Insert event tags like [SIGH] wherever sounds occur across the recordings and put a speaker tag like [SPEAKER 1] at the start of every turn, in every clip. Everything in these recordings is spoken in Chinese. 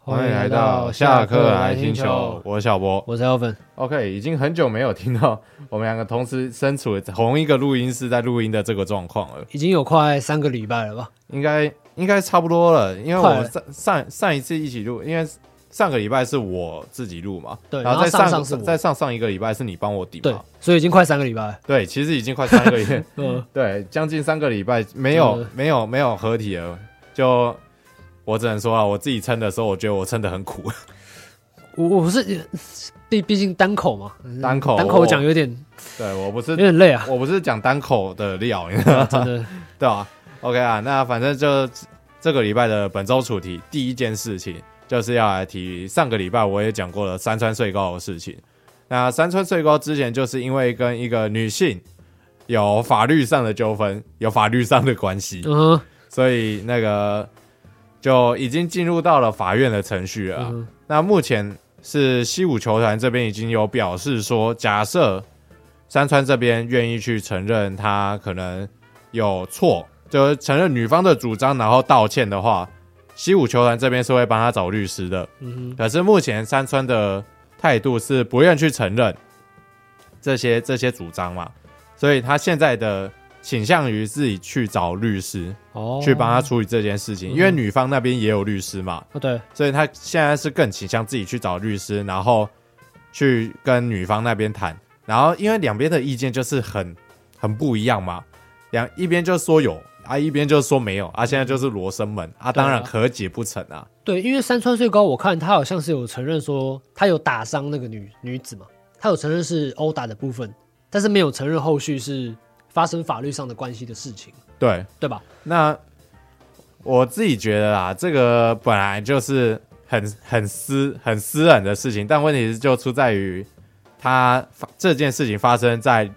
[SPEAKER 1] 欢迎来到下课来听球，我是小博。
[SPEAKER 2] 我是 Alvin。
[SPEAKER 1] OK，已经很久没有听到我们两个同时身处同一个录音室在录音的这个状况了，
[SPEAKER 2] 已经有快三个礼拜了吧？
[SPEAKER 1] 应该应该差不多了，因为我
[SPEAKER 2] 快了
[SPEAKER 1] 们上上上一次一起录，因为上个礼拜是我自己录嘛，
[SPEAKER 2] 对
[SPEAKER 1] 然后
[SPEAKER 2] 然后
[SPEAKER 1] 在
[SPEAKER 2] 上上是我
[SPEAKER 1] 在上上一个礼拜是你帮我顶
[SPEAKER 2] 对
[SPEAKER 1] 嘛，，
[SPEAKER 2] 所以已经快三个礼拜了。
[SPEAKER 1] 对，其实已经快三个
[SPEAKER 2] [LAUGHS]
[SPEAKER 1] 月，
[SPEAKER 2] 嗯，
[SPEAKER 1] 对，将近三个礼拜没有
[SPEAKER 2] 真的
[SPEAKER 1] 没有没有合体了，就我只能说啊，我自己撑的时候，我觉得我撑的很苦，
[SPEAKER 2] 我我是毕毕竟单口嘛，
[SPEAKER 1] [LAUGHS] 单口
[SPEAKER 2] 嗯单口讲有点
[SPEAKER 1] 对我不
[SPEAKER 2] 有
[SPEAKER 1] 是
[SPEAKER 2] 点累啊，
[SPEAKER 1] [LAUGHS] 我不是讲单口的料，你 [LAUGHS] 知道吗？
[SPEAKER 2] [LAUGHS] 真的。
[SPEAKER 1] 对啊，OK 啊，那反正就这个礼拜的本周主题，第一件事情就是要来提上个礼拜我也讲过了山川穗高的事情。那山川穗高之前就是因为跟一个女性有法律上的纠纷，有法律上的关系，
[SPEAKER 2] 嗯哼，
[SPEAKER 1] [LAUGHS] 所以那个就已经进入到了法院的程序了啊、
[SPEAKER 2] 嗯哼
[SPEAKER 1] 那目前是西武球团这边已经有表示说，假设山川这边愿意去承认他可能有错，就是承认女方的主张，然后道歉的话，西武球团这边是会帮他找律师的。
[SPEAKER 2] 嗯
[SPEAKER 1] 可是目前山川的态度是不愿去承认这些这些主张嘛，所以他现在的倾向于自己去找律师
[SPEAKER 2] 哼，哦，
[SPEAKER 1] 去帮他处理这件事情，因为
[SPEAKER 2] 嗯
[SPEAKER 1] 女方那边也有律师嘛。
[SPEAKER 2] 哦，对，
[SPEAKER 1] 所以他现在是更倾向自己去找律师，然后去跟女方那边谈。然后因为两边的意见就是很很不一样嘛，两一边就说有啊，一边就说没有啊，现在就是罗生门
[SPEAKER 2] 对
[SPEAKER 1] 啊，
[SPEAKER 2] 啊
[SPEAKER 1] 当然和解不成啊。
[SPEAKER 2] 对，因为山川穗高，我看他好像是有承认说他有打伤那个女女子嘛，他有承认是殴打的部分，但是没有承认后续是发生法律上的关系的事情，
[SPEAKER 1] 对，
[SPEAKER 2] 对吧？
[SPEAKER 1] 那我自己觉得啦，这个本来就是很很私很私人的事情，但问题是就出在于他发这件事情发生在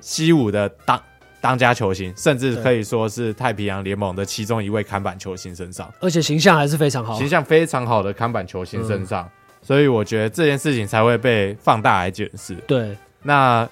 [SPEAKER 1] 西武的当当家球星，甚至可以说是太平洋联盟的其中一位看板球星身上，
[SPEAKER 2] 而且形象还是非常好
[SPEAKER 1] 形，象非常好的看板球星身上，所以我觉得这件事情才会被放大来解释。
[SPEAKER 2] 对，
[SPEAKER 1] 那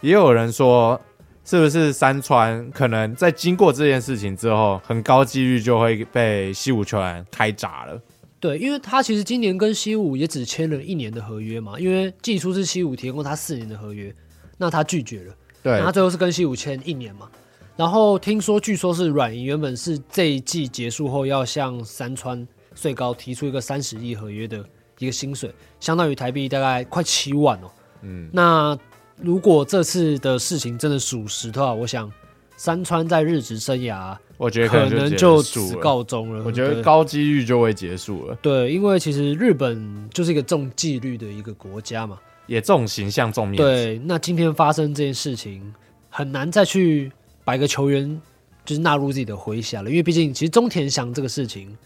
[SPEAKER 1] 也有人说，是不是山川可能在经过这件事情之后，很高几率就会被西武球员开闸了？
[SPEAKER 2] 对，因为他其实今年跟西武也只签了一年的合约嘛，因为季初是西武提供他四年的合约，那他拒绝了，
[SPEAKER 1] 对
[SPEAKER 2] 那他最后是跟西武签一年嘛。然后听说，据说是软银原本是这一季结束后要向山川穗高提出一个三十亿合约的一个薪水，相当于台币大概快七万哦。嗯，那如果这次的事情真的属实的话，我想山川在日职生涯
[SPEAKER 1] 我觉得
[SPEAKER 2] 可
[SPEAKER 1] 能
[SPEAKER 2] 能就
[SPEAKER 1] 就结
[SPEAKER 2] 此
[SPEAKER 1] 束了。
[SPEAKER 2] 告终了。
[SPEAKER 1] 我觉得
[SPEAKER 2] 对
[SPEAKER 1] 高几率就会结束了，
[SPEAKER 2] 对，因为其实日本就是一个重纪律的一个国家嘛。
[SPEAKER 1] 也重形象重面子。
[SPEAKER 2] 对，那今天发生这件事情，很难再去把一个球员就是纳入自己的麾下了，因为毕竟其实中田翔这个事情，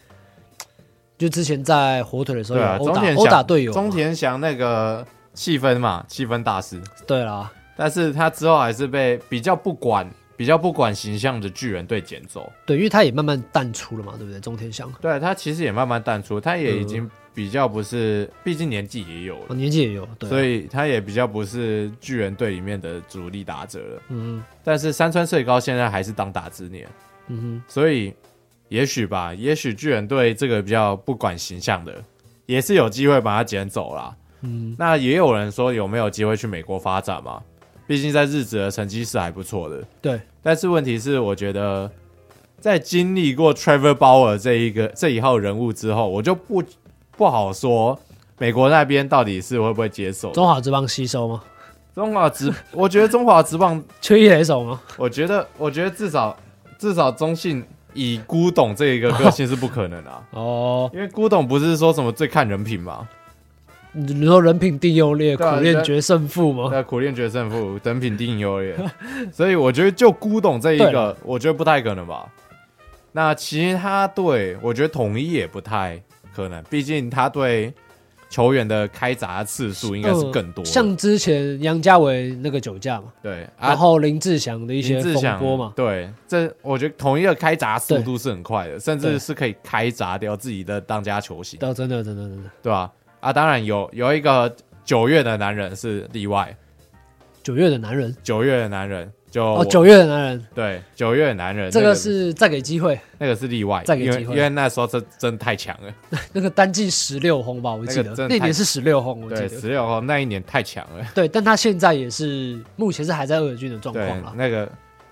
[SPEAKER 2] 就之前在火腿的时候
[SPEAKER 1] 对
[SPEAKER 2] 有
[SPEAKER 1] 啊，
[SPEAKER 2] 殴
[SPEAKER 1] 中
[SPEAKER 2] 打
[SPEAKER 1] 田
[SPEAKER 2] 殴打
[SPEAKER 1] 翔
[SPEAKER 2] 队友嘛，
[SPEAKER 1] 中田翔那个气氛嘛，气氛大师，
[SPEAKER 2] 对啦，
[SPEAKER 1] 但是他之后还是被比较不管、比较不管形象的巨人队捡走。
[SPEAKER 2] 对，因为他也慢慢淡出了嘛，对不对？中田翔，
[SPEAKER 1] 对他其实也慢慢淡出，他也已经比较不是，毕竟年纪也有了
[SPEAKER 2] 哦，。年纪也有，对啊，
[SPEAKER 1] 所
[SPEAKER 2] 以
[SPEAKER 1] 以他也比较不是巨人队里面的主力打者了。
[SPEAKER 2] 嗯
[SPEAKER 1] 但是山川穗高现在还是当打之年，
[SPEAKER 2] 哼嗯哼，
[SPEAKER 1] 所以也许吧，也许巨人队这个比较不管形象的，也是有机会把他捡走啦。
[SPEAKER 2] 嗯，
[SPEAKER 1] 那也有人说有没有机会去美国发展嘛？毕竟在日职的成绩是还不错的。
[SPEAKER 2] 对，
[SPEAKER 1] 但是问题是，我觉得在经历过 Trevor Bauer 这一个这一号人物之后，我就不不好说美国那边到底是会不会接受。
[SPEAKER 2] 中华之棒吸收吗？ [LAUGHS]
[SPEAKER 1] 中华 [LAUGHS] 职，我觉得中华职棒，
[SPEAKER 2] 缺一垒手吗？
[SPEAKER 1] 我觉得，我觉得至少至少中信以孤董这一个个性是不可能 [LAUGHS] 啊，
[SPEAKER 2] 哦，
[SPEAKER 1] 因为孤董不是说什么最看人品嘛，
[SPEAKER 2] 你你说人品第优劣，苦
[SPEAKER 1] 对啊
[SPEAKER 2] 练
[SPEAKER 1] 人
[SPEAKER 2] 决胜负吗？
[SPEAKER 1] 那苦练决胜负，人品定优劣，所以我觉得就孤董这一
[SPEAKER 2] 对
[SPEAKER 1] 个
[SPEAKER 2] 了，
[SPEAKER 1] 我觉得不太可能吧。那其他队，我觉得统一也不太可能，毕竟他对球员的开闸次数应该是更多
[SPEAKER 2] 呃
[SPEAKER 1] 的、
[SPEAKER 2] 像之前杨家伟那个酒驾嘛，
[SPEAKER 1] 对啊
[SPEAKER 2] 然，后林志祥的一些
[SPEAKER 1] 林志
[SPEAKER 2] 风
[SPEAKER 1] 祥
[SPEAKER 2] 波嘛，
[SPEAKER 1] 对，这我觉得统一的开闸速
[SPEAKER 2] 对
[SPEAKER 1] 度是很快的，甚至
[SPEAKER 2] 对
[SPEAKER 1] 是可以开闸掉自己的当家球星，
[SPEAKER 2] 哦到真的真的真的
[SPEAKER 1] 对吧、啊？当然有有一个九月的男人是例外，
[SPEAKER 2] 九月的男人
[SPEAKER 1] 九月的男人就
[SPEAKER 2] 哦，九月的男人，
[SPEAKER 1] 对九月男人，
[SPEAKER 2] 这
[SPEAKER 1] 那
[SPEAKER 2] 个是再给机
[SPEAKER 1] [LAUGHS]
[SPEAKER 2] 会，
[SPEAKER 1] 那个是例外，
[SPEAKER 2] 再给
[SPEAKER 1] 因为
[SPEAKER 2] 机会
[SPEAKER 1] 因为那时候真真的太强了，
[SPEAKER 2] 那个单季十六轰吧，我记
[SPEAKER 1] 那
[SPEAKER 2] 得
[SPEAKER 1] 个真的
[SPEAKER 2] 那
[SPEAKER 1] 太
[SPEAKER 2] 年是十六轰，我记
[SPEAKER 1] 对，
[SPEAKER 2] 得
[SPEAKER 1] 十六号那一年太强了，
[SPEAKER 2] 对，但他现在也是目前是还在二军的状
[SPEAKER 1] 对
[SPEAKER 2] 况，啦。
[SPEAKER 1] 那个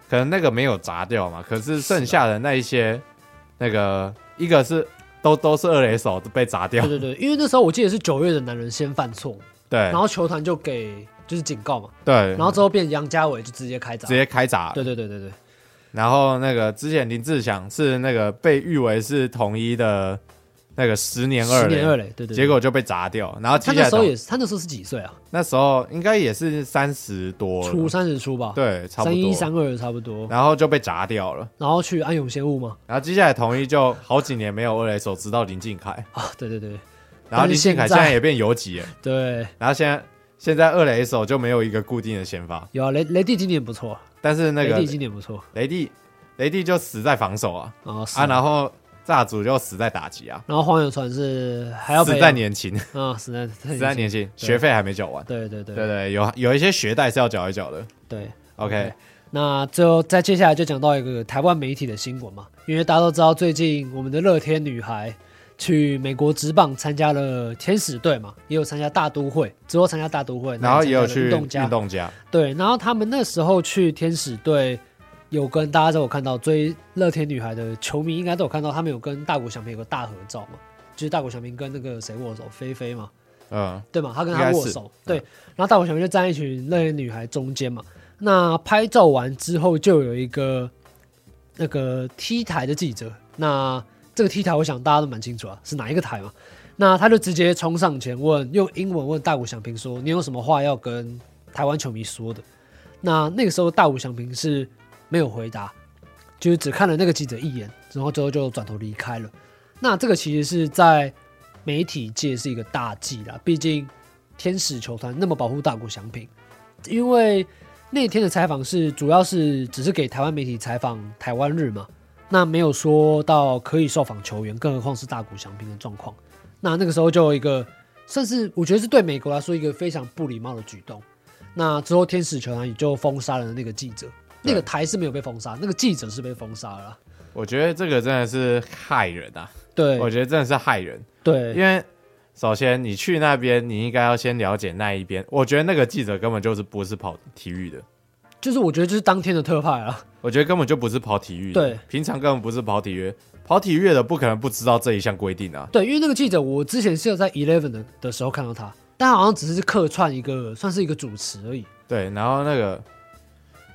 [SPEAKER 1] 可能那个没有砸掉嘛，可是剩下的那一些
[SPEAKER 2] 啊
[SPEAKER 1] 那个一个是都都是二垒手被砸掉
[SPEAKER 2] 对，对对，因为那时候我记得是九月的男人先犯错，
[SPEAKER 1] 对
[SPEAKER 2] 然后球团就给就是警告嘛，
[SPEAKER 1] 对，
[SPEAKER 2] 然后之后变杨家伟就直接开闸
[SPEAKER 1] 直，接开砸，
[SPEAKER 2] 对对对对对，
[SPEAKER 1] 然后那个之前林志祥是那个被誉为是统一的那个十年二
[SPEAKER 2] 十
[SPEAKER 1] 垒
[SPEAKER 2] 年二垒，对对对，
[SPEAKER 1] 结果就被砸掉，然后
[SPEAKER 2] 他
[SPEAKER 1] 接下
[SPEAKER 2] 那
[SPEAKER 1] 来
[SPEAKER 2] 时候也是，他那时候是几岁啊？
[SPEAKER 1] 那时候应该也是三十多了
[SPEAKER 2] 初三十初吧，
[SPEAKER 1] 对，差不
[SPEAKER 2] 三一
[SPEAKER 1] 多，
[SPEAKER 2] 三二差不多，
[SPEAKER 1] 然后就被砸掉了。
[SPEAKER 2] 然后去安永仙物嘛，
[SPEAKER 1] 然后接下来统一就好几年没有二垒手，直到林敬凯，
[SPEAKER 2] 啊，对对对
[SPEAKER 1] 然后林敬凯
[SPEAKER 2] 但是现在
[SPEAKER 1] 现在也变游击了，
[SPEAKER 2] 对，
[SPEAKER 1] 然后现在现在二垒手就没有一个固定的先发，
[SPEAKER 2] 有啊，雷雷帝今年不错，
[SPEAKER 1] 但是那
[SPEAKER 2] 雷
[SPEAKER 1] 个
[SPEAKER 2] 帝今年不错
[SPEAKER 1] 雷帝雷帝就死在防守啊，
[SPEAKER 2] 啊，是
[SPEAKER 1] 啊，然后炸主就死在打击啊，
[SPEAKER 2] 然后黄远传是还要
[SPEAKER 1] 死
[SPEAKER 2] 培
[SPEAKER 1] 在
[SPEAKER 2] 养
[SPEAKER 1] 年轻，
[SPEAKER 2] 啊，死在 [LAUGHS]
[SPEAKER 1] 死
[SPEAKER 2] 死
[SPEAKER 1] 在年轻，
[SPEAKER 2] 对
[SPEAKER 1] 学费还没缴完，
[SPEAKER 2] 对对对
[SPEAKER 1] 对对，有有一些学贷是要缴一缴的。
[SPEAKER 2] 对
[SPEAKER 1] OK，
[SPEAKER 2] 那最后再接下来就讲到一个台湾媒体的新闻嘛，因为大家都知道最近我们的乐天女孩去美国职棒参加了天使队嘛，也有参加大都会，之后参加大都会，
[SPEAKER 1] 然后也有
[SPEAKER 2] 参加了
[SPEAKER 1] 去
[SPEAKER 2] 运动家
[SPEAKER 1] 运，动家，
[SPEAKER 2] 对，然后他们那时候去天使队，有跟大家都有看到追乐天女孩的球迷应该都有看到，他们有跟大谷翔平有个大合照嘛，就是大谷翔平跟那个谁握手，菲菲嘛，
[SPEAKER 1] 嗯，
[SPEAKER 2] 对嘛，他跟
[SPEAKER 1] 应
[SPEAKER 2] 他
[SPEAKER 1] 该
[SPEAKER 2] 握
[SPEAKER 1] 是嗯
[SPEAKER 2] 手，对，然后大谷翔平就站在一群乐天女孩中间嘛。那拍照完之后，就有一个那个 T 台的记者，那这个 T 台我想大家都蛮清楚啊，是哪一个台嘛？那他就直接冲上前问，用英文问大谷翔平说：“你有什么话要跟台湾球迷说的？”那那个时候大谷翔平是没有回答，就是只看了那个记者一眼，然后之后就转头离开了。那这个其实是在媒体界是一个大忌啦，毕竟天使球团那么保护大谷翔平，因为那天的采访是主要是只是给台湾媒体采访台湾日嘛，那没有说到可以受访球员，更何况是大谷翔平的状况。那那个时候就有一个算是我觉得是对美国来说一个非常不礼貌的举动。那之后天使球团也就封杀了那个记者，那个台是没有被封杀，那个记者是被封杀了啦。
[SPEAKER 1] 我觉得这个真的是害人啊，
[SPEAKER 2] 对
[SPEAKER 1] 我觉得真的是害人，
[SPEAKER 2] 对
[SPEAKER 1] 因为首先你去那边，你应该要先了解那一边。我觉得那个记者根本就是不是跑体育的，
[SPEAKER 2] 就是我觉得就是当天的特派啊，
[SPEAKER 1] 我觉得根本就不是跑体育的，
[SPEAKER 2] 对，
[SPEAKER 1] 平常根本不是跑体育，跑体育的不可能不知道这一项规定啊。
[SPEAKER 2] 对，因为那个记者我之前是有在 Eleven 的的时候看到他，但他好像只是客串一个，算是一个主持而已。
[SPEAKER 1] 对，然后那个，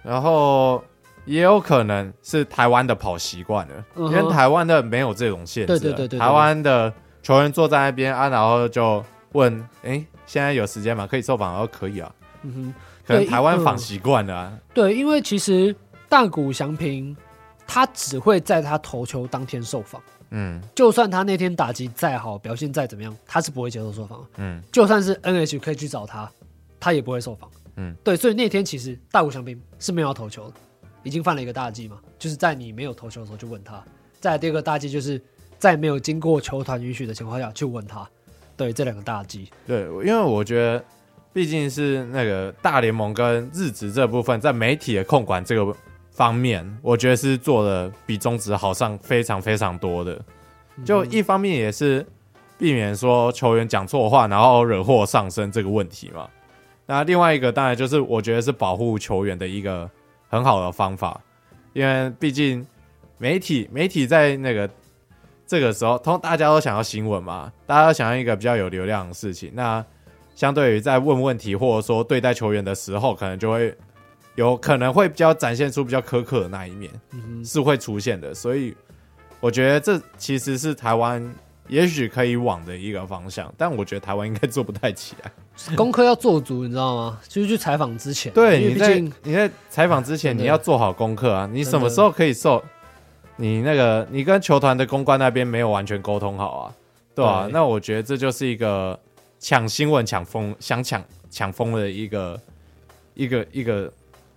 [SPEAKER 1] 然后也有可能是台湾的跑习惯了，
[SPEAKER 2] 嗯哼
[SPEAKER 1] 因为台湾的没有这种限制
[SPEAKER 2] 对
[SPEAKER 1] 啊，
[SPEAKER 2] 对对对对对
[SPEAKER 1] 台湾的球员坐在那边啊，然后就问，哎、现在有时间吗？可以受访，然后可以啊，
[SPEAKER 2] 嗯哼，
[SPEAKER 1] 可能
[SPEAKER 2] 对
[SPEAKER 1] 台湾
[SPEAKER 2] 嗯
[SPEAKER 1] 访习惯了、啊，
[SPEAKER 2] 对，因为其实大谷翔平他只会在他投球当天受访，
[SPEAKER 1] 嗯
[SPEAKER 2] 就算他那天打击再好，表现再怎么样，他是不会接受受访的。
[SPEAKER 1] 嗯，
[SPEAKER 2] 就算是 NHK 去找他，他也不会受访。
[SPEAKER 1] 嗯，
[SPEAKER 2] 对，所以那天其实大谷翔平是没有要投球的，已经犯了一个大忌嘛，就是在你没有投球的时候就问他。再来第二个大忌就是在没有经过球团允许的情况下去问他。对，这两个大忌。
[SPEAKER 1] 对，因为我觉得毕竟是那个大联盟跟日职这部分在媒体的控管这个方面，我觉得是做的比中职好上非常非常多的。就一方面也是避免说球员讲错话，然后惹祸上身这个问题嘛。那另外一个当然就是我觉得是保护球员的一个很好的方法，因为毕竟媒体媒体在那个这个时候，通大家都想要新闻嘛，大家都想要一个比较有流量的事情。那相对于在问问题或者说对待球员的时候，可能就会有可能会比较展现出比较苛刻的那一面，是会出现的。所以我觉得这其实是台湾也许可以往的一个方向，但我觉得台湾应该做不太起来。
[SPEAKER 2] 功课要做足，你知道吗？就是去采访之前，因
[SPEAKER 1] 对，
[SPEAKER 2] 为
[SPEAKER 1] 你
[SPEAKER 2] 毕
[SPEAKER 1] 在
[SPEAKER 2] 竟
[SPEAKER 1] 你在采访之前
[SPEAKER 2] 真的
[SPEAKER 1] 你要做好功课啊，你
[SPEAKER 2] 真的
[SPEAKER 1] 什么时候可以受？你那个你跟球团的公关那边没有完全沟通好啊，对啊，
[SPEAKER 2] 对
[SPEAKER 1] 那我觉得这就是一个抢新闻、抢风、想抢抢风的一个一个一个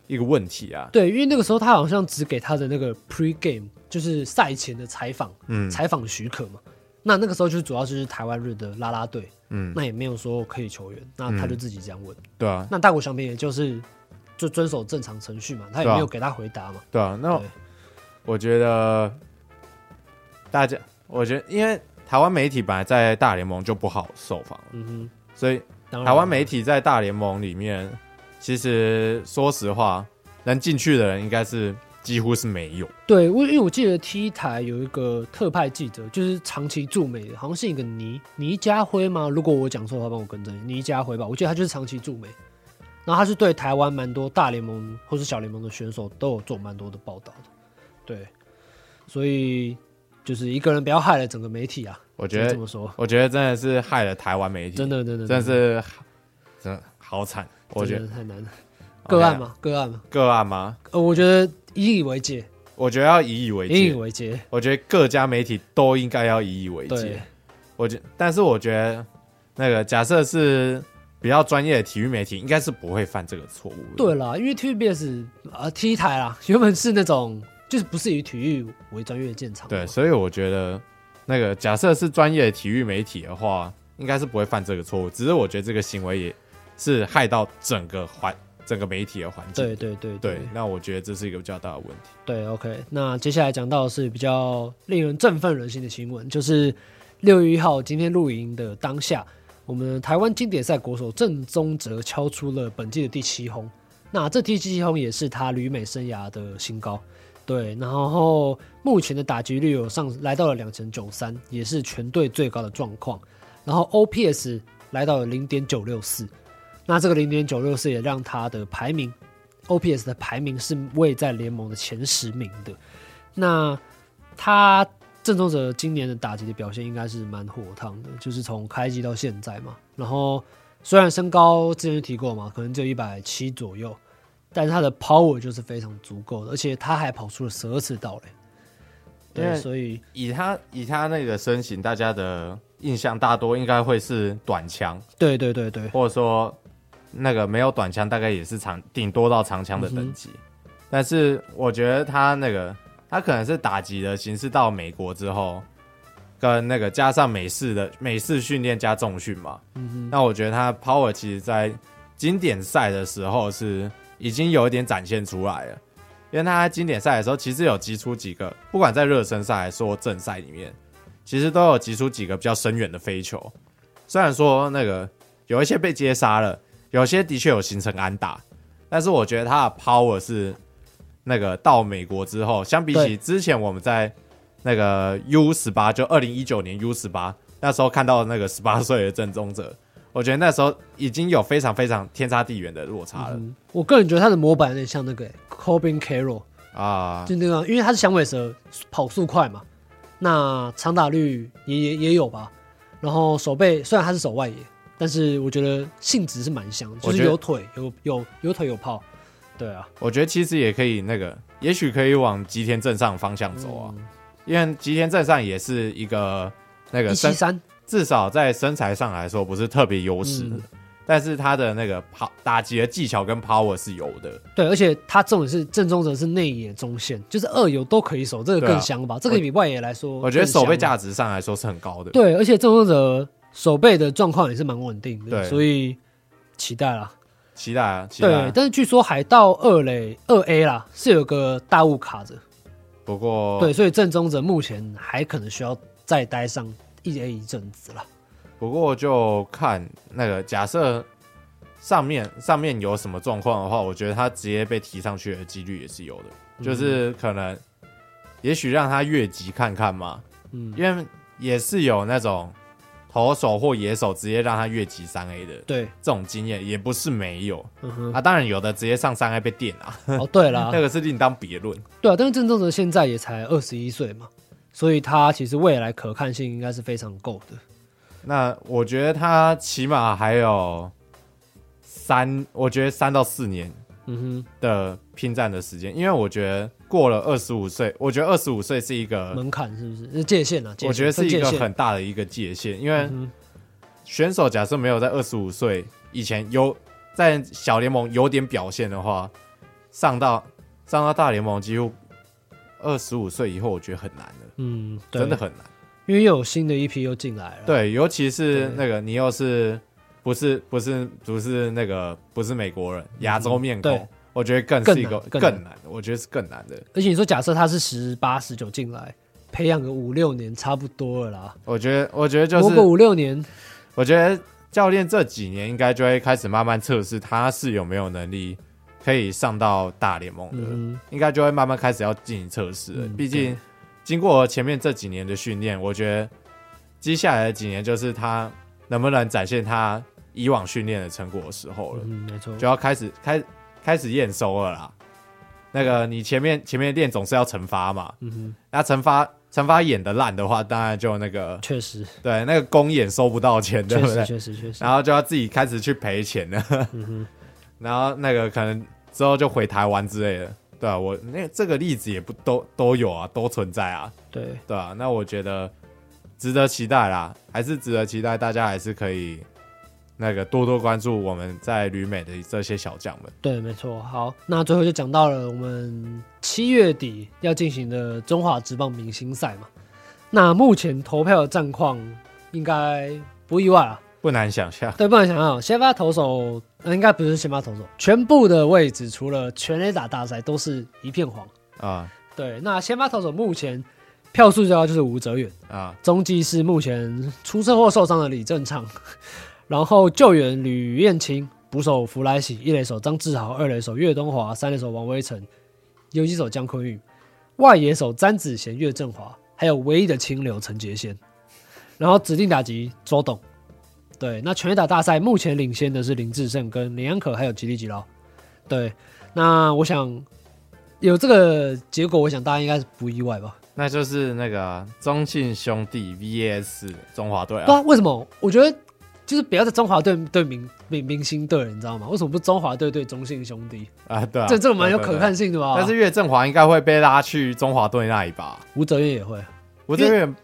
[SPEAKER 1] 一个问题啊。
[SPEAKER 2] 对，因为那个时候他好像只给他的那个 pre game，就是赛前的采访，
[SPEAKER 1] 嗯
[SPEAKER 2] 采访许可嘛。那那个时候就是主要就是台湾日的啦啦队，
[SPEAKER 1] 嗯，
[SPEAKER 2] 那也没有说可以球员，那他就自己这样问。
[SPEAKER 1] 对啊，
[SPEAKER 2] 那大谷翔平也就是就遵守正常程序嘛，他也
[SPEAKER 1] 对啊
[SPEAKER 2] 没有给他回答嘛。
[SPEAKER 1] 对啊，那
[SPEAKER 2] 对
[SPEAKER 1] 我觉得大家，我觉得因为台湾媒体本来在大联盟就不好受访，
[SPEAKER 2] 嗯
[SPEAKER 1] 所以
[SPEAKER 2] 哼，当然
[SPEAKER 1] 台湾媒体在大联盟里面，其实说实话，能进去的人应该是几乎是没有。
[SPEAKER 2] 对，我因为我记得 T 台有一个特派记者，就是长期驻美的，好像是一个倪倪家辉吗？如果我讲错的话，帮我更正，倪家辉吧。我记得他就是长期驻美，然后他是对台湾蛮多大联盟或是小联盟的选手都有做蛮多的报道的。对，所以就是一个人不要害了整个媒体啊，
[SPEAKER 1] 我
[SPEAKER 2] 我
[SPEAKER 1] 觉
[SPEAKER 2] 这
[SPEAKER 1] 得，
[SPEAKER 2] 么说，
[SPEAKER 1] 我觉得真的是害了台湾媒体，
[SPEAKER 2] 真的真的
[SPEAKER 1] 真的是真的好惨。我觉
[SPEAKER 2] 真
[SPEAKER 1] 得
[SPEAKER 2] 的太难了，个案
[SPEAKER 1] OK 啊
[SPEAKER 2] 嘛，个案嘛，
[SPEAKER 1] 个案吗？
[SPEAKER 2] 呃，我觉得引以为戒，
[SPEAKER 1] 我觉得要以以为
[SPEAKER 2] 引以
[SPEAKER 1] 戒。
[SPEAKER 2] 为戒，
[SPEAKER 1] 我觉得各家媒体都应该要以以为戒
[SPEAKER 2] 对。，
[SPEAKER 1] 我觉，但是我觉得那个假设是比较专业的体育媒体，应该是不会犯这个错误。
[SPEAKER 2] 对，啦，因为 TVBS 呃 T 台啦， [LAUGHS] 原本是那种就是不是以体育为专业的建厂嘛，
[SPEAKER 1] 对，所以我觉得那个假设是专业的体育媒体的话，应该是不会犯这个错误。只是我觉得这个行为也是害到整个环整个媒体的环境。
[SPEAKER 2] 对对对
[SPEAKER 1] 对，那我觉得这是一个比较大的问题。
[SPEAKER 2] 对，OK。那接下来讲到的是比较令人振奋人心的新闻，就是六月一号今天露营的当下，我们台湾经典赛国手郑宗哲敲出了本季的第七轰，那这第七轰也是他旅美生涯的新高。对，然后目前的打击率有上来到了两成九三，也是全队最高的状况。然后 OPS 来到了零点九六四，那这个零点九六四也让他的排名 OPS 的排名是位在联盟的前十名的。那他郑宗哲今年的打击的表现应该是蛮火烫的，就是从开季到现在嘛。然后虽然身高之前就提过嘛，可能只有一百七左右，但是他的 power 就是非常足够的，而且他还跑出了十二次盗垒。
[SPEAKER 1] 因
[SPEAKER 2] 对，
[SPEAKER 1] 为
[SPEAKER 2] 所以
[SPEAKER 1] 以他以他那个身形，大家的印象大多应该会是短枪，
[SPEAKER 2] 对对对对
[SPEAKER 1] 或者说那个没有短枪，大概也是长顶多到长枪的等级。嗯但是我觉得他那个他可能是打击的形式到美国之后，跟那个加上美式的美式训练加重训嘛，那我觉得他 power 其实在经典赛的时候是已经有一点展现出来了。因为他在经典赛的时候，其实有击出几个，不管在热身赛还是说正赛里面，其实都有击出几个比较深远的飞球。虽然说那个有一些被接杀了，有些的确有形成安打，但是我觉得他的 power 是那个到美国之后，相比
[SPEAKER 2] 对
[SPEAKER 1] 起之前我们在那个 U 十八，就二零一九年 U 十八那时候看到那个十八岁的郑宗哲，我觉得那时候已经有非常非常天差地远的落差了、
[SPEAKER 2] 嗯我个人觉得他的模板有点像那个、欸、Corbin Carroll。
[SPEAKER 1] 啊。
[SPEAKER 2] 就那个，因为他是响尾蛇，跑速快嘛，那长打率也也也有吧。然后手背虽然他是手外野，但是我觉得性质是蛮像的，就
[SPEAKER 1] 我
[SPEAKER 2] 是
[SPEAKER 1] 觉得
[SPEAKER 2] 有腿有有有腿有炮。对啊，
[SPEAKER 1] 我觉得其实也可以那个，也许可以往吉田镇上方向走啊，
[SPEAKER 2] 嗯
[SPEAKER 1] 因为吉田镇上也是一个那个
[SPEAKER 2] 一七
[SPEAKER 1] 身，
[SPEAKER 2] 三，
[SPEAKER 1] 至少在身材上来说不是特别优势的，
[SPEAKER 2] 嗯
[SPEAKER 1] 但是他的那个跑打击的技巧跟 power 是有的。
[SPEAKER 2] 对，而且他重点是正中者是内野中线，就是二游都可以守，这个
[SPEAKER 1] 对啊
[SPEAKER 2] 更香吧？这个比外野来说，
[SPEAKER 1] 我觉得手背
[SPEAKER 2] 架。
[SPEAKER 1] 价值上来说是很高的。
[SPEAKER 2] 对，而且郑中者手背的状况也是蛮稳定的，
[SPEAKER 1] 对
[SPEAKER 2] 所以期待啦。
[SPEAKER 1] 期待啊，期待啊、
[SPEAKER 2] 对，但是据说海盗二垒二 A 啦是有个大雾卡着，
[SPEAKER 1] 不过，
[SPEAKER 2] 对，所以正宗者目前还可能需要再待上一 A 一阵子了。
[SPEAKER 1] 不过就看那个假设上面上面有什么状况的话，我觉得他直接被提上去的几率也是有的，
[SPEAKER 2] 嗯
[SPEAKER 1] 就是可能也许让他越级看看嘛，
[SPEAKER 2] 嗯，
[SPEAKER 1] 因为也是有那种投手或野手直接让他越级三 A 的
[SPEAKER 2] 对，
[SPEAKER 1] 这种经验，也不是没有
[SPEAKER 2] 嗯哼，
[SPEAKER 1] 啊。当然有的直接上三 A 被电啊，
[SPEAKER 2] 哦，对
[SPEAKER 1] [LAUGHS]
[SPEAKER 2] 啦
[SPEAKER 1] 那，个是另当别论。
[SPEAKER 2] 对啊，但是郑宗哲现在也才二十一岁嘛，所以他其实未来可看性应该是非常够的。
[SPEAKER 1] 那我觉得他起码还有三，我觉得三到四年
[SPEAKER 2] 嗯
[SPEAKER 1] 的拼战的时间，因为我觉得过了二十五岁，我觉得二十五岁是一
[SPEAKER 2] 哼，
[SPEAKER 1] 个，
[SPEAKER 2] 门槛是不是？是界限啊，界限
[SPEAKER 1] 嗯我觉得是一
[SPEAKER 2] 分
[SPEAKER 1] 个
[SPEAKER 2] 界限
[SPEAKER 1] 很大的一个界限，因为
[SPEAKER 2] 嗯哼
[SPEAKER 1] 选手假设没有在二十五岁以前有在小联盟有点表现的话，上到上到大联盟几乎二十五岁以后，我觉得很难了，
[SPEAKER 2] 嗯，对
[SPEAKER 1] 真的，很难。
[SPEAKER 2] 因为又有新的一批又进来了。
[SPEAKER 1] 对，尤其是
[SPEAKER 2] 对
[SPEAKER 1] 那个你又是不是不是不是那个不是美国人，亚洲面
[SPEAKER 2] 嗯
[SPEAKER 1] 孔，
[SPEAKER 2] 对
[SPEAKER 1] 我觉得更
[SPEAKER 2] 更
[SPEAKER 1] 是一个
[SPEAKER 2] 难更难
[SPEAKER 1] 更难，我觉得是更难的。
[SPEAKER 2] 而且你说假设他是十八十九进来，培养个五六年差不多了啦。
[SPEAKER 1] 我觉得，我觉得就
[SPEAKER 2] 磨个
[SPEAKER 1] 是，
[SPEAKER 2] 五六年，
[SPEAKER 1] 我觉得教练这几年应该就会开始慢慢测试他是有没有能力可以上到大联盟的，
[SPEAKER 2] 嗯
[SPEAKER 1] 应该就会慢慢开始要进行测试了。
[SPEAKER 2] 嗯
[SPEAKER 1] 毕竟经过前面这几年的训练，我觉得接下来的几年就是他能不能展现他以往训练的成果的时候了。
[SPEAKER 2] 嗯，没错，
[SPEAKER 1] 就要开始开开始验收了啦。那个你前面前面练总是要惩罚嘛，
[SPEAKER 2] 嗯
[SPEAKER 1] 那惩罚惩罚演的烂的话，当然就那个
[SPEAKER 2] 哼，确实，
[SPEAKER 1] 对那个公演收不到钱， [LAUGHS] 对
[SPEAKER 2] 确
[SPEAKER 1] 不
[SPEAKER 2] 实，
[SPEAKER 1] 对？
[SPEAKER 2] 确实，确实，嗯
[SPEAKER 1] 然后就要自己开始去赔钱了， [LAUGHS] 然后那个可能之后就回台湾之类的，对啊，我那这个例子也不都都有啊，都存在啊，
[SPEAKER 2] 对，
[SPEAKER 1] 对啊，那我觉得值得期待啦，还是值得期待，大家还是可以那个多多关注我们在旅美的这些小将们。
[SPEAKER 2] 对，没错。好，那最后就讲到了我们七月底要进行的中华职棒明星赛嘛。那目前投票的战况应该不意外啊。
[SPEAKER 1] 不难想
[SPEAKER 2] [LAUGHS]
[SPEAKER 1] 象，
[SPEAKER 2] 对，不能想象，先发投手、呃、应该不是先发投手，全部的位置除了全垒打大赛都是一片黄。
[SPEAKER 1] 啊
[SPEAKER 2] 对，那先发投手目前票数最高就是吴哲远。
[SPEAKER 1] 啊
[SPEAKER 2] 中继是目前出车祸受伤的李正昌， [LAUGHS] 然后救援吕彦青，捕手福来喜，一垒手张志豪，二垒手岳东华，三垒手王威成，游击手姜坤玉，外野手詹子贤、岳振华，还有唯一的清流陈杰先，然后指定打击周董。对，那全垒打大赛目前领先的是林志胜跟林安可，还有吉利吉劳。对，那我想有这个结果，我想大家应该是不意外吧。
[SPEAKER 1] 那就是那个啊中信兄弟 VS 中华队
[SPEAKER 2] 对
[SPEAKER 1] 啊，
[SPEAKER 2] 啊，为什么？我觉得就是不要在中华队对明明明星队了，你知道吗？为什么不中华队对中信兄弟？
[SPEAKER 1] 啊对啊，
[SPEAKER 2] 这这个蛮有
[SPEAKER 1] 对
[SPEAKER 2] 可。看性的吧
[SPEAKER 1] 对对？但是岳振华应该会被拉去中华队那一把，
[SPEAKER 2] 吴哲源也会，
[SPEAKER 1] 我这边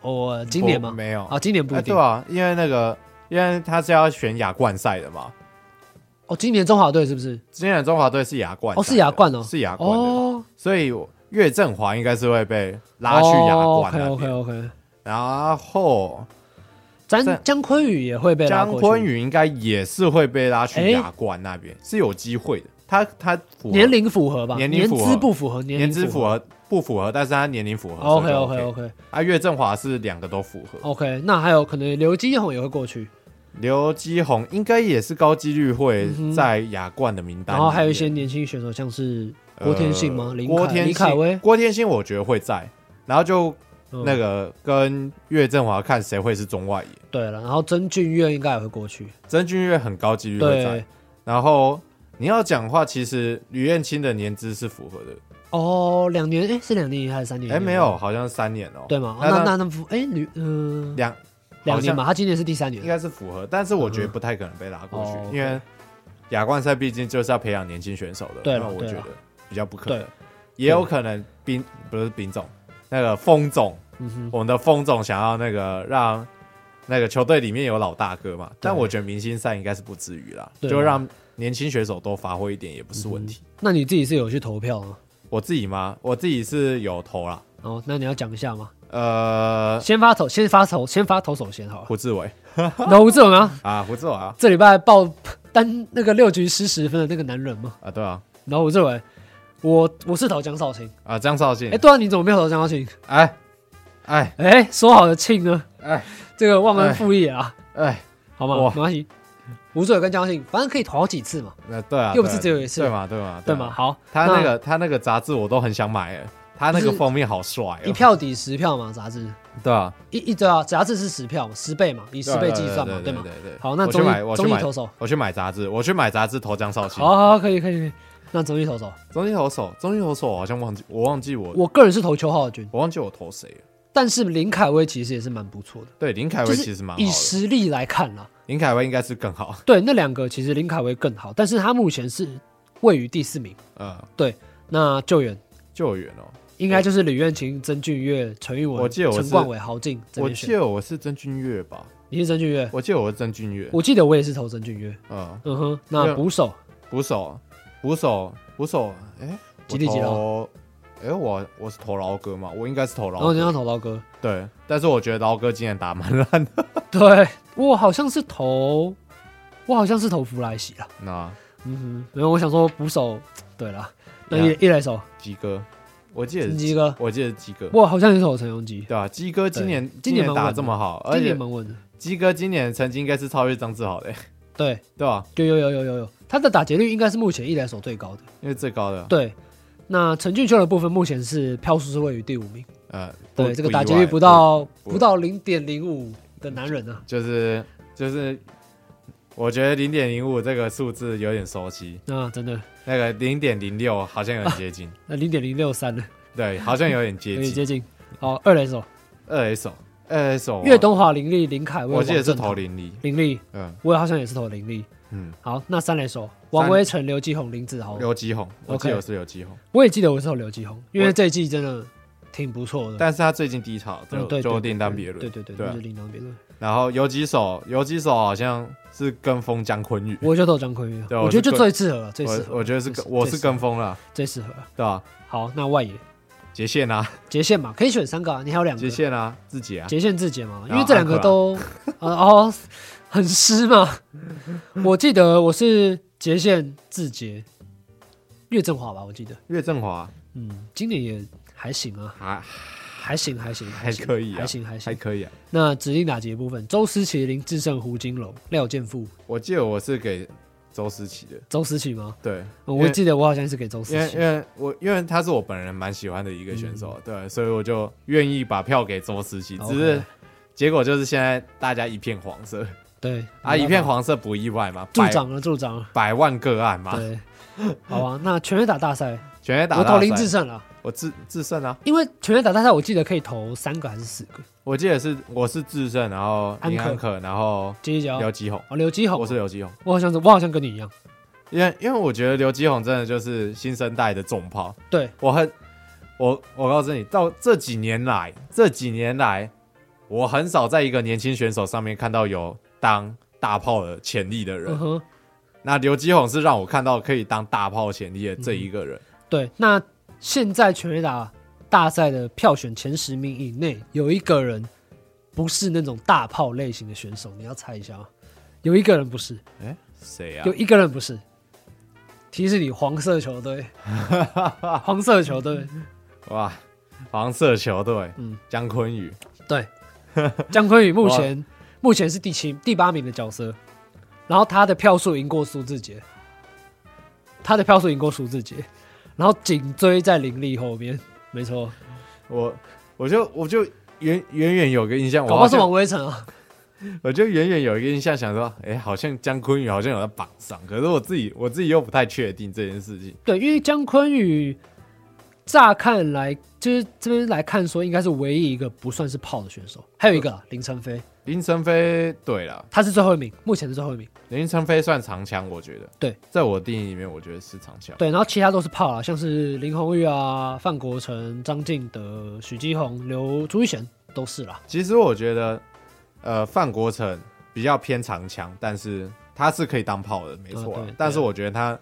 [SPEAKER 2] 哦，今年吗？
[SPEAKER 1] 没有
[SPEAKER 2] 啊，今年不
[SPEAKER 1] 哎
[SPEAKER 2] 一定
[SPEAKER 1] 对。啊，因为那个因为他是要选亚冠赛的嘛，
[SPEAKER 2] 哦，今年中华队是不是？
[SPEAKER 1] 今年的中华队是亚冠
[SPEAKER 2] 哦
[SPEAKER 1] 赛的，
[SPEAKER 2] 是亚冠哦
[SPEAKER 1] 是亚冠的，
[SPEAKER 2] 哦，
[SPEAKER 1] 所以岳振华应该是会被拉去亚冠啊
[SPEAKER 2] OK
[SPEAKER 1] 那
[SPEAKER 2] OK
[SPEAKER 1] 边，
[SPEAKER 2] OK。
[SPEAKER 1] 然后
[SPEAKER 2] 咱
[SPEAKER 1] 但
[SPEAKER 2] 姜昆宇也会被拉
[SPEAKER 1] 姜
[SPEAKER 2] 过去
[SPEAKER 1] 昆宇应该也是会被拉去
[SPEAKER 2] 哎
[SPEAKER 1] 亚冠那边，是有机会的，他他符合
[SPEAKER 2] 年龄符合吧？
[SPEAKER 1] 年龄符合
[SPEAKER 2] 资不符合，
[SPEAKER 1] 年
[SPEAKER 2] 年
[SPEAKER 1] 资符
[SPEAKER 2] 合。
[SPEAKER 1] 合不符合，但是他年龄符合。
[SPEAKER 2] 哦 OK
[SPEAKER 1] 所以就
[SPEAKER 2] OK OK
[SPEAKER 1] 啊，岳振华是两个都符合，
[SPEAKER 2] OK，那还有可能刘基宏也会过去，
[SPEAKER 1] 刘基宏应该也是高几率会在亚冠的名单
[SPEAKER 2] 嗯然
[SPEAKER 1] 里面、
[SPEAKER 2] 后还有一些年轻选手，像是郭天信吗
[SPEAKER 1] 呃
[SPEAKER 2] 林凯
[SPEAKER 1] 郭天
[SPEAKER 2] 李凯威
[SPEAKER 1] 信，郭天信我觉得会在，然后就
[SPEAKER 2] 嗯
[SPEAKER 1] 那个跟岳振华看谁会是中外野，
[SPEAKER 2] 对了，然后曾俊岳应该也会过去，
[SPEAKER 1] 曾俊岳很高几率会
[SPEAKER 2] 对
[SPEAKER 1] 在，，然后。你要讲话，其实吕彦青的年资是符合的。
[SPEAKER 2] 哦，两年，哎，是两年还是三年？
[SPEAKER 1] 哎、没有，，好像是三年哦、
[SPEAKER 2] 对吗？哦
[SPEAKER 1] 那
[SPEAKER 2] 那
[SPEAKER 1] 那
[SPEAKER 2] 那那不，哎，女，嗯，
[SPEAKER 1] 两
[SPEAKER 2] 两
[SPEAKER 1] 好
[SPEAKER 2] 年
[SPEAKER 1] 像
[SPEAKER 2] 嘛，他今年是第三
[SPEAKER 1] 应
[SPEAKER 2] 年，
[SPEAKER 1] 该是符合，但是我觉得不太可能被拉过去，
[SPEAKER 2] 嗯嗯哦，OK
[SPEAKER 1] 因为亚冠赛毕竟就是要培养年轻选手的，
[SPEAKER 2] 对了
[SPEAKER 1] 那我
[SPEAKER 2] 对
[SPEAKER 1] 觉
[SPEAKER 2] 了
[SPEAKER 1] 得比较不可能
[SPEAKER 2] 对。
[SPEAKER 1] 也有可能兵不是兵总，那个风总，
[SPEAKER 2] 嗯哼，
[SPEAKER 1] 我们的风总想要那个让那个球队里面有老大哥嘛，但我觉得明星赛应该是不至于啦，
[SPEAKER 2] 对嗯
[SPEAKER 1] 就让年轻选手多发挥一点也不是问题。
[SPEAKER 2] 那你自己是有去投票吗？
[SPEAKER 1] 我自己吗？我自己是有投啦，
[SPEAKER 2] 哦，那你要讲一下吗？
[SPEAKER 1] 呃，
[SPEAKER 2] 先发投，先发投，先发投手先好了。
[SPEAKER 1] 胡志伟
[SPEAKER 2] 那吴志荣啊，
[SPEAKER 1] 啊，胡志伟啊，
[SPEAKER 2] 这礼拜爆单那个六局失十分的那个男人嘛，
[SPEAKER 1] 啊对啊，
[SPEAKER 2] 然后吴志伟，我我是投江少卿，
[SPEAKER 1] 啊张绍兴
[SPEAKER 2] 哎，，对啊，你怎么没有投江少卿？
[SPEAKER 1] 哎哎
[SPEAKER 2] 哎，说好的庆呢？
[SPEAKER 1] 哎
[SPEAKER 2] 这个忘恩负义啊，
[SPEAKER 1] 哎。
[SPEAKER 2] 好吗？
[SPEAKER 1] 哇
[SPEAKER 2] 没关系，吴志伟跟江少卿，反正可以投好几次嘛，
[SPEAKER 1] 那对啊，
[SPEAKER 2] 又不是
[SPEAKER 1] 对啊
[SPEAKER 2] 只有一次
[SPEAKER 1] 对嘛，对嘛，
[SPEAKER 2] 对
[SPEAKER 1] 嘛
[SPEAKER 2] 吗？。好，
[SPEAKER 1] 他那个他那个杂志我都很想买，哎他那
[SPEAKER 2] 不
[SPEAKER 1] 个
[SPEAKER 2] 是
[SPEAKER 1] 封面好帅哦，
[SPEAKER 2] 一票抵十票嘛，杂志
[SPEAKER 1] 对啊，
[SPEAKER 2] 一一对啊，杂志是十票嘛，十倍嘛，以
[SPEAKER 1] 以
[SPEAKER 2] 十倍计算嘛，
[SPEAKER 1] 对啊
[SPEAKER 2] 吗
[SPEAKER 1] 对？对对。
[SPEAKER 2] 好，那
[SPEAKER 1] 我去
[SPEAKER 2] 综
[SPEAKER 1] 买我
[SPEAKER 2] 艺
[SPEAKER 1] 去
[SPEAKER 2] 综艺
[SPEAKER 1] 买
[SPEAKER 2] 投手，
[SPEAKER 1] 我去买杂志，我去买杂志投江少卿。
[SPEAKER 2] 好好好，可以可以可以。那综艺投手，
[SPEAKER 1] 中心投手，中心投手，我好像忘记我忘记我
[SPEAKER 2] 我个人是投邱浩君，
[SPEAKER 1] 我忘记我投谁了。
[SPEAKER 2] 但是林凯威其实也是蛮不错的，
[SPEAKER 1] 对，林凯
[SPEAKER 2] 就
[SPEAKER 1] 威
[SPEAKER 2] 是
[SPEAKER 1] 其实蛮好
[SPEAKER 2] 以
[SPEAKER 1] 的，
[SPEAKER 2] 实力来看啦，
[SPEAKER 1] 林凯威应该是更好。
[SPEAKER 2] 对那两个其实林凯威更好，但是他目前是位于第四名。
[SPEAKER 1] 呃，
[SPEAKER 2] 那救援
[SPEAKER 1] 救援哦，
[SPEAKER 2] 应该就是李愿琴、曾俊岳、陈玉文、
[SPEAKER 1] 我记得我是
[SPEAKER 2] 陈冠伟、郝静这
[SPEAKER 1] 我
[SPEAKER 2] 边
[SPEAKER 1] 记
[SPEAKER 2] 选。
[SPEAKER 1] 得我是曾俊岳吧，
[SPEAKER 2] 你是曾俊岳，
[SPEAKER 1] 我记得我是曾俊岳。
[SPEAKER 2] 我记得我也是投曾俊岳。
[SPEAKER 1] 嗯，
[SPEAKER 2] 嗯哼，那
[SPEAKER 1] 对
[SPEAKER 2] 捕手
[SPEAKER 1] 捕手，捕手，捕手，哎，
[SPEAKER 2] 吉利吉劳
[SPEAKER 1] 劳。哎，我我是投劳哥嘛，我应该是投
[SPEAKER 2] 然
[SPEAKER 1] 劳哥。
[SPEAKER 2] 哦后你要投刀哥，
[SPEAKER 1] 对，但是我觉得刀哥今年打蛮烂的。
[SPEAKER 2] 对我好像是投，我好像是投弗莱西啊。
[SPEAKER 1] 那
[SPEAKER 2] 嗯哼，没有，我想说捕手，对啦，那
[SPEAKER 1] 啊
[SPEAKER 2] 一一来手，
[SPEAKER 1] 鸡哥，我记得是
[SPEAKER 2] 鸡哥，
[SPEAKER 1] 我记得是鸡哥，
[SPEAKER 2] 哇，好像也是我陈荣基，
[SPEAKER 1] 啊对吧、啊鸡哥今年
[SPEAKER 2] 今年
[SPEAKER 1] 年
[SPEAKER 2] 蛮
[SPEAKER 1] 打
[SPEAKER 2] 稳
[SPEAKER 1] 得这么好，而
[SPEAKER 2] 今年
[SPEAKER 1] 且
[SPEAKER 2] 蛮稳的，
[SPEAKER 1] 鸡哥今年成绩应该是超越张志豪的， [LAUGHS]
[SPEAKER 2] 对，
[SPEAKER 1] 对啊吧、
[SPEAKER 2] 有有有有有有，他的打劫率应该是目前一来手最高的，
[SPEAKER 1] 因为最高的，
[SPEAKER 2] 对。那陈俊秀的部分目前是票数是位于第五名，
[SPEAKER 1] 呃，不
[SPEAKER 2] 对这个
[SPEAKER 1] 意
[SPEAKER 2] 打劫
[SPEAKER 1] 外
[SPEAKER 2] 率不到
[SPEAKER 1] 不
[SPEAKER 2] 不到零点零五的男人啊，
[SPEAKER 1] 就是就是，我觉得零点零五这个数字有点熟悉，
[SPEAKER 2] 那啊真的
[SPEAKER 1] 那个零点零六好像有点接近， [LAUGHS]
[SPEAKER 2] 那零点零六三了，
[SPEAKER 1] 对，好像有点
[SPEAKER 2] 有
[SPEAKER 1] 接
[SPEAKER 2] 点
[SPEAKER 1] 近。哦
[SPEAKER 2] 接近。好，二垒手
[SPEAKER 1] 二 S 手，二 S 手，
[SPEAKER 2] 岳东华、林立、林凯威，
[SPEAKER 1] 我记得
[SPEAKER 2] 王
[SPEAKER 1] 是
[SPEAKER 2] 正
[SPEAKER 1] 投
[SPEAKER 2] 堂
[SPEAKER 1] 林立，
[SPEAKER 2] 林立，
[SPEAKER 1] 嗯
[SPEAKER 2] 我也好像也是投林立。
[SPEAKER 1] 嗯，
[SPEAKER 2] 好，那三垒手王威成、刘继宏、林子豪，
[SPEAKER 1] 刘基宏，我记
[SPEAKER 2] 哦 OK
[SPEAKER 1] 得是刘基宏，
[SPEAKER 2] 我也记得我是投刘继宏，因为
[SPEAKER 1] 我
[SPEAKER 2] 这一季真的挺不错的。
[SPEAKER 1] 但是他最近低潮，
[SPEAKER 2] 嗯
[SPEAKER 1] 就
[SPEAKER 2] 对
[SPEAKER 1] 就
[SPEAKER 2] 对
[SPEAKER 1] 另当别
[SPEAKER 2] 对
[SPEAKER 1] 论。
[SPEAKER 2] 对对，
[SPEAKER 1] 对
[SPEAKER 2] 那
[SPEAKER 1] 啊
[SPEAKER 2] 就另当别论。
[SPEAKER 1] 然后游击手，游击手好像是跟风江坤宇，
[SPEAKER 2] 我就投张坤宇啊，
[SPEAKER 1] 对
[SPEAKER 2] 我
[SPEAKER 1] 我
[SPEAKER 2] 觉得就
[SPEAKER 1] 是个
[SPEAKER 2] 最适合了，最适合
[SPEAKER 1] 我
[SPEAKER 2] 了，
[SPEAKER 1] 我觉得是
[SPEAKER 2] 最
[SPEAKER 1] 跟
[SPEAKER 2] 适
[SPEAKER 1] 我是
[SPEAKER 2] 最适合
[SPEAKER 1] 跟风了，
[SPEAKER 2] 最适合了。
[SPEAKER 1] 对吧？
[SPEAKER 2] 好，那外野
[SPEAKER 1] 杰线啊，
[SPEAKER 2] 杰线嘛，可以选三个啊，你还有两个
[SPEAKER 1] 杰线啊，自己啊，
[SPEAKER 2] 杰线自杰嘛，
[SPEAKER 1] 然后
[SPEAKER 2] 因为这两个都 [LAUGHS] 呃哦很湿嘛。我记得我是杰线自杰岳振华吧，我记得，
[SPEAKER 1] 岳振华
[SPEAKER 2] 嗯，今年也还行啊，
[SPEAKER 1] 还
[SPEAKER 2] 还行还行
[SPEAKER 1] 还
[SPEAKER 2] 行
[SPEAKER 1] 可以啊
[SPEAKER 2] 还行还
[SPEAKER 1] 还
[SPEAKER 2] 行。
[SPEAKER 1] 可以啊。
[SPEAKER 2] 那指定打击的部分，周思齐、林志胜、胡金龙、廖健富、
[SPEAKER 1] 我记得我是给周思琪的，
[SPEAKER 2] 周思齐吗？
[SPEAKER 1] 对，
[SPEAKER 2] 呃
[SPEAKER 1] 因
[SPEAKER 2] 我
[SPEAKER 1] 为
[SPEAKER 2] 记得我好像是给周思
[SPEAKER 1] 因为
[SPEAKER 2] 齐
[SPEAKER 1] 因，为我因为他是我本人蛮喜欢的一个选手，
[SPEAKER 2] 嗯
[SPEAKER 1] 对，所以我就愿意把票给周思琪，只是
[SPEAKER 2] OK
[SPEAKER 1] 结果就是现在大家一片黄色
[SPEAKER 2] 对
[SPEAKER 1] 啊，一片
[SPEAKER 2] 黄。
[SPEAKER 1] 黄色不意外嘛，
[SPEAKER 2] 助
[SPEAKER 1] 百
[SPEAKER 2] 长啊了，助长了。
[SPEAKER 1] 百万个案嘛，
[SPEAKER 2] 对，好啊。那全垒打大赛，
[SPEAKER 1] 全啊 [LAUGHS] 垒打
[SPEAKER 2] 我
[SPEAKER 1] 大
[SPEAKER 2] 投
[SPEAKER 1] 赛
[SPEAKER 2] 林志胜了，
[SPEAKER 1] 我自自胜啊，
[SPEAKER 2] 因为全垒打大赛我记得可以投三个还是四个？
[SPEAKER 1] 我记得是我是自胜，然后
[SPEAKER 2] 安
[SPEAKER 1] 林
[SPEAKER 2] 可
[SPEAKER 1] 安可，然后
[SPEAKER 2] 接一脚
[SPEAKER 1] 刘基宏，
[SPEAKER 2] 哦，刘基宏
[SPEAKER 1] 我，是刘基宏，
[SPEAKER 2] 我好像是，我好像跟你一样，
[SPEAKER 1] 因为因为我觉得刘基宏真的就是新生代的重炮，
[SPEAKER 2] 对，
[SPEAKER 1] 我很，我我告诉你，到这几年来，这几年来，我很少在一个年轻选手上面看到有当大炮的潜力的人。
[SPEAKER 2] 嗯哼，
[SPEAKER 1] 那刘基宏是让我看到可以当大炮潜力的这一个人。
[SPEAKER 2] 嗯对。那现在全垒打大赛的票选前十名以内，有一个人不是那种大炮类型的选手，你要猜一下啊，有一个人不是，
[SPEAKER 1] 哎、谁啊
[SPEAKER 2] 有？一个人不是。提示你，黄色球队，黄色球队，
[SPEAKER 1] 哇，黄色球队，
[SPEAKER 2] 嗯
[SPEAKER 1] 江坤宇，
[SPEAKER 2] 对，姜昆宇目前目前是第七、第八名的角色，然后他的票数赢过苏志杰，他的票数赢过苏志杰，然后紧追在林立后面，没错，
[SPEAKER 1] 我我就我就远远远有个印象，
[SPEAKER 2] 搞
[SPEAKER 1] 我
[SPEAKER 2] 不好
[SPEAKER 1] 好
[SPEAKER 2] 是王
[SPEAKER 1] 像
[SPEAKER 2] 威成啊，
[SPEAKER 1] 我就远远有一个印象，想说，哎、好像江坤宇好像有在榜上，可是我自己我自己又不太确定这件事情。
[SPEAKER 2] 对，因为姜昆宇乍看来就是这边来看说应该是唯一一个不算是炮的选手，还有一个啊林晨飞，
[SPEAKER 1] 林晨飞，对了，
[SPEAKER 2] 他是最后一名，目前是最后一名，
[SPEAKER 1] 林晨飞算长枪，我觉得。
[SPEAKER 2] 对，
[SPEAKER 1] 在我定义里面，我觉得是长枪。
[SPEAKER 2] 对，然后其他都是炮啊，像是林红玉啊、范国成、张敬德、许基宏、刘朱一贤都是啦。
[SPEAKER 1] 其实我觉得，呃，范国成比较偏长枪，但是他是可以当炮的，没错
[SPEAKER 2] 嗯
[SPEAKER 1] 啊、
[SPEAKER 2] 对
[SPEAKER 1] 但是
[SPEAKER 2] 对
[SPEAKER 1] 我觉得他，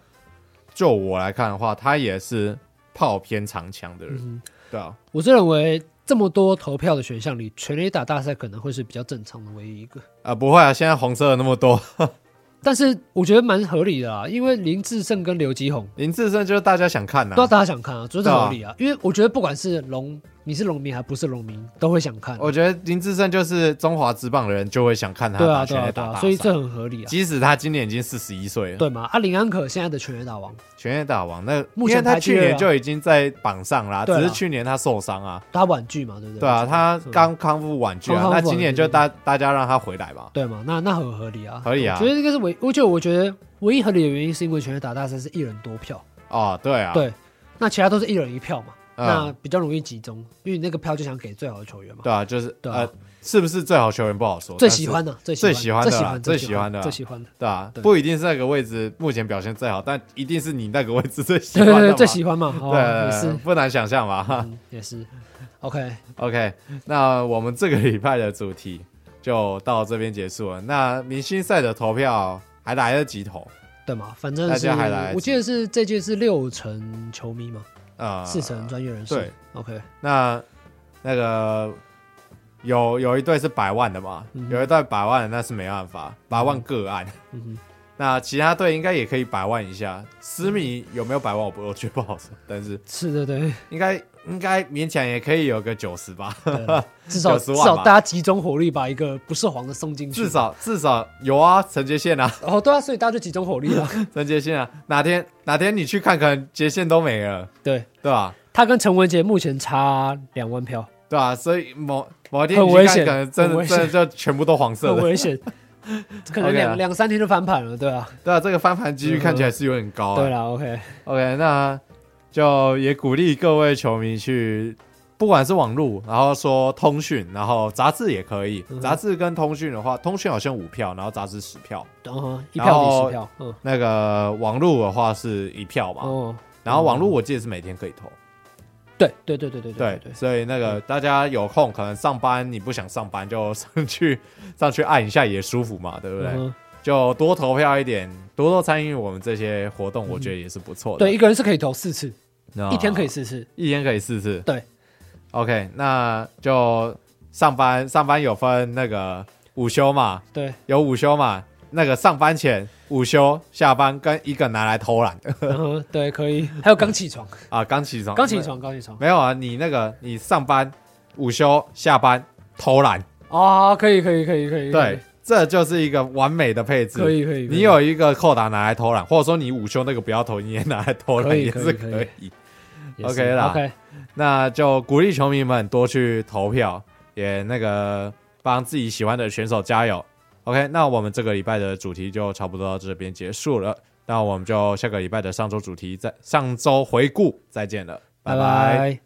[SPEAKER 1] 就我来看的话，他也是炮偏长枪的人，
[SPEAKER 2] 嗯，
[SPEAKER 1] 对啊。
[SPEAKER 2] 我是认为这么多投票的选项里，全垒打大赛可能会是比较正常的唯一一个。
[SPEAKER 1] 啊、不会啊！现在红色的那么多， [LAUGHS]
[SPEAKER 2] 但是我觉得蛮合理的啊，因为林志胜跟刘基宏
[SPEAKER 1] 林志胜就是大家想看呐、
[SPEAKER 2] 都要大家想看啊，这是合理啊。因为我觉得不管是龙，你是龙迷还不是龙迷，都会想看啊、
[SPEAKER 1] 我觉得林志胜就是中华职棒的人就会想看他
[SPEAKER 2] 对啊，
[SPEAKER 1] 哦打
[SPEAKER 2] 对
[SPEAKER 1] 全
[SPEAKER 2] 啊，对
[SPEAKER 1] 垒打大
[SPEAKER 2] 啊，
[SPEAKER 1] 赛，
[SPEAKER 2] 所以这很合理啊。
[SPEAKER 1] 即使他今年已经四十一岁了，
[SPEAKER 2] 对嘛？啊，林安可现在的全垒打王，
[SPEAKER 1] 全垒打王，那
[SPEAKER 2] 目
[SPEAKER 1] 因
[SPEAKER 2] 前
[SPEAKER 1] 为他
[SPEAKER 2] 排第
[SPEAKER 1] 去
[SPEAKER 2] 二啊
[SPEAKER 1] 年就已经在榜上啦，只
[SPEAKER 2] 对啊
[SPEAKER 1] 是去年他受伤啊，
[SPEAKER 2] 他婉拒嘛，对不对？
[SPEAKER 1] 对啊，他
[SPEAKER 2] 是
[SPEAKER 1] 刚康复晚距啊
[SPEAKER 2] 刚，康复
[SPEAKER 1] 那
[SPEAKER 2] 晚距
[SPEAKER 1] 今年就大大家让他回来吧，
[SPEAKER 2] 对嘛？那那很合理啊，
[SPEAKER 1] 合理啊
[SPEAKER 2] 我觉得这个是唯，我觉得我觉得唯一合理的原因是因为全垒打大赛是一人多票，
[SPEAKER 1] 哦，对啊，
[SPEAKER 2] 对，那其他都是一人一票嘛，那
[SPEAKER 1] 嗯，
[SPEAKER 2] 比较容易集中，因为你那个票就想给最好的球员嘛。
[SPEAKER 1] 对啊，就是
[SPEAKER 2] 对啊
[SPEAKER 1] 呃，是不是最好球员不好说，
[SPEAKER 2] 最喜
[SPEAKER 1] 但
[SPEAKER 2] 欢的，最
[SPEAKER 1] 最
[SPEAKER 2] 喜
[SPEAKER 1] 喜
[SPEAKER 2] 欢的，
[SPEAKER 1] 欢的
[SPEAKER 2] 最
[SPEAKER 1] 啦
[SPEAKER 2] 最
[SPEAKER 1] 最喜欢的啦
[SPEAKER 2] 最喜欢的，
[SPEAKER 1] 是对啊
[SPEAKER 2] 对，
[SPEAKER 1] 不一定是那个位置目前表现最好，但一定是你那个位置最喜
[SPEAKER 2] 对
[SPEAKER 1] 欢
[SPEAKER 2] 对
[SPEAKER 1] 的
[SPEAKER 2] [LAUGHS] 对，
[SPEAKER 1] 嘛
[SPEAKER 2] 最喜欢嘛，哦，也
[SPEAKER 1] 对，
[SPEAKER 2] 是，
[SPEAKER 1] 不难想象吧哈
[SPEAKER 2] 嗯，也是，OK，
[SPEAKER 1] [LAUGHS] ，OK，那我们这个礼拜的主题就到这边结束了，那明星赛的投票还来得及投，
[SPEAKER 2] 对嘛，反正
[SPEAKER 1] 大
[SPEAKER 2] 是
[SPEAKER 1] 家还来得及
[SPEAKER 2] 我记得是这届是六成球迷嘛，
[SPEAKER 1] 呃，
[SPEAKER 2] 四成专业人士，
[SPEAKER 1] 对
[SPEAKER 2] ，OK，
[SPEAKER 1] 那那个有有一对是百万的嘛，
[SPEAKER 2] 嗯哼
[SPEAKER 1] 有一对百万的那是没办法，百万个案。
[SPEAKER 2] 嗯
[SPEAKER 1] 那其他队应该也可以百万以下，私密有没有百万我不我觉得不好说， [LAUGHS] 但是
[SPEAKER 2] 是的，对，
[SPEAKER 1] 应该应该勉强也可以有个九十吧， [LAUGHS]
[SPEAKER 2] 对啊至少
[SPEAKER 1] 90
[SPEAKER 2] 至
[SPEAKER 1] 万吧
[SPEAKER 2] 少大家集中火力把一个不是黄的送进去，
[SPEAKER 1] 至少至少有啊，陈杰宪啊， [LAUGHS]
[SPEAKER 2] 哦，对啊，所以大家就集中火力了。
[SPEAKER 1] 陈杰宪啊，哪天哪天你去看，可能杰宪都没了，
[SPEAKER 2] [LAUGHS] 对
[SPEAKER 1] 对吧、
[SPEAKER 2] 他跟陈文杰目前差两万票，
[SPEAKER 1] 对啊，所以某某一天
[SPEAKER 2] 很
[SPEAKER 1] 你去
[SPEAKER 2] 危
[SPEAKER 1] 看
[SPEAKER 2] 险
[SPEAKER 1] 可能真
[SPEAKER 2] 很
[SPEAKER 1] 的
[SPEAKER 2] 危
[SPEAKER 1] 真
[SPEAKER 2] 险
[SPEAKER 1] 的就全部都黄色
[SPEAKER 2] 很
[SPEAKER 1] 的，
[SPEAKER 2] 危险，可能
[SPEAKER 1] OK 啊
[SPEAKER 2] 两两三天就翻盘了，对啊，
[SPEAKER 1] 对啊，这个翻盘几率看起来是有点高、啊。
[SPEAKER 2] 对啦 o k
[SPEAKER 1] OK，那就也鼓励各位球迷去，不管是网络，然后说通讯，然后杂志也可以。
[SPEAKER 2] 嗯哼
[SPEAKER 1] 杂志跟通讯的话，通讯好像五票，然后杂志十票。
[SPEAKER 2] 然后嗯一
[SPEAKER 1] 然
[SPEAKER 2] 票抵
[SPEAKER 1] 后
[SPEAKER 2] 十票，嗯，
[SPEAKER 1] 那个网络的话是一票嘛，
[SPEAKER 2] 哦，
[SPEAKER 1] 然后网络我记得是每天可以投。
[SPEAKER 2] 对对对对对
[SPEAKER 1] 对
[SPEAKER 2] 对，嗯
[SPEAKER 1] 所以那个大家有空，可能上班你不想上班就 [LAUGHS] 上去上去按一下也舒服嘛，对不对？
[SPEAKER 2] 嗯哼
[SPEAKER 1] 就多投票一点，多多参与我们这些活动，我觉得也是不错的。
[SPEAKER 2] 对，一个人是可以投四次，
[SPEAKER 1] 那
[SPEAKER 2] 一天可以四次，
[SPEAKER 1] 一天可以四次。
[SPEAKER 2] 对
[SPEAKER 1] ，OK，那就上班，上班有分那个午休嘛，
[SPEAKER 2] 对，
[SPEAKER 1] 有午休嘛，那个上班前、午休、下班跟一个拿来偷懒
[SPEAKER 2] 嗯哼，对，可以，还有刚起床，
[SPEAKER 1] 啊，刚起床，
[SPEAKER 2] 刚起床，刚起床，
[SPEAKER 1] 没有啊？你那个你上班、午休、下班偷懒，
[SPEAKER 2] 啊，可以可以可以可以，
[SPEAKER 1] 对，这就是一个完美的配置。
[SPEAKER 2] 可以可以可以，
[SPEAKER 1] 你有一个扣打拿来偷懒，或者说你午休那个不要投，你也拿来偷
[SPEAKER 2] 可
[SPEAKER 1] 懒
[SPEAKER 2] 以
[SPEAKER 1] 也是
[SPEAKER 2] 可以可以
[SPEAKER 1] 以。
[SPEAKER 2] 也是
[SPEAKER 1] OK 啦
[SPEAKER 2] ，OK，
[SPEAKER 1] 那就鼓励球迷们多去投票，也那个帮自己喜欢的选手加油。OK，那我们这个礼拜的主题就差不多到这边结束了，那我们就下个礼拜的上周主题再上周回顾再见了，拜拜
[SPEAKER 2] 拜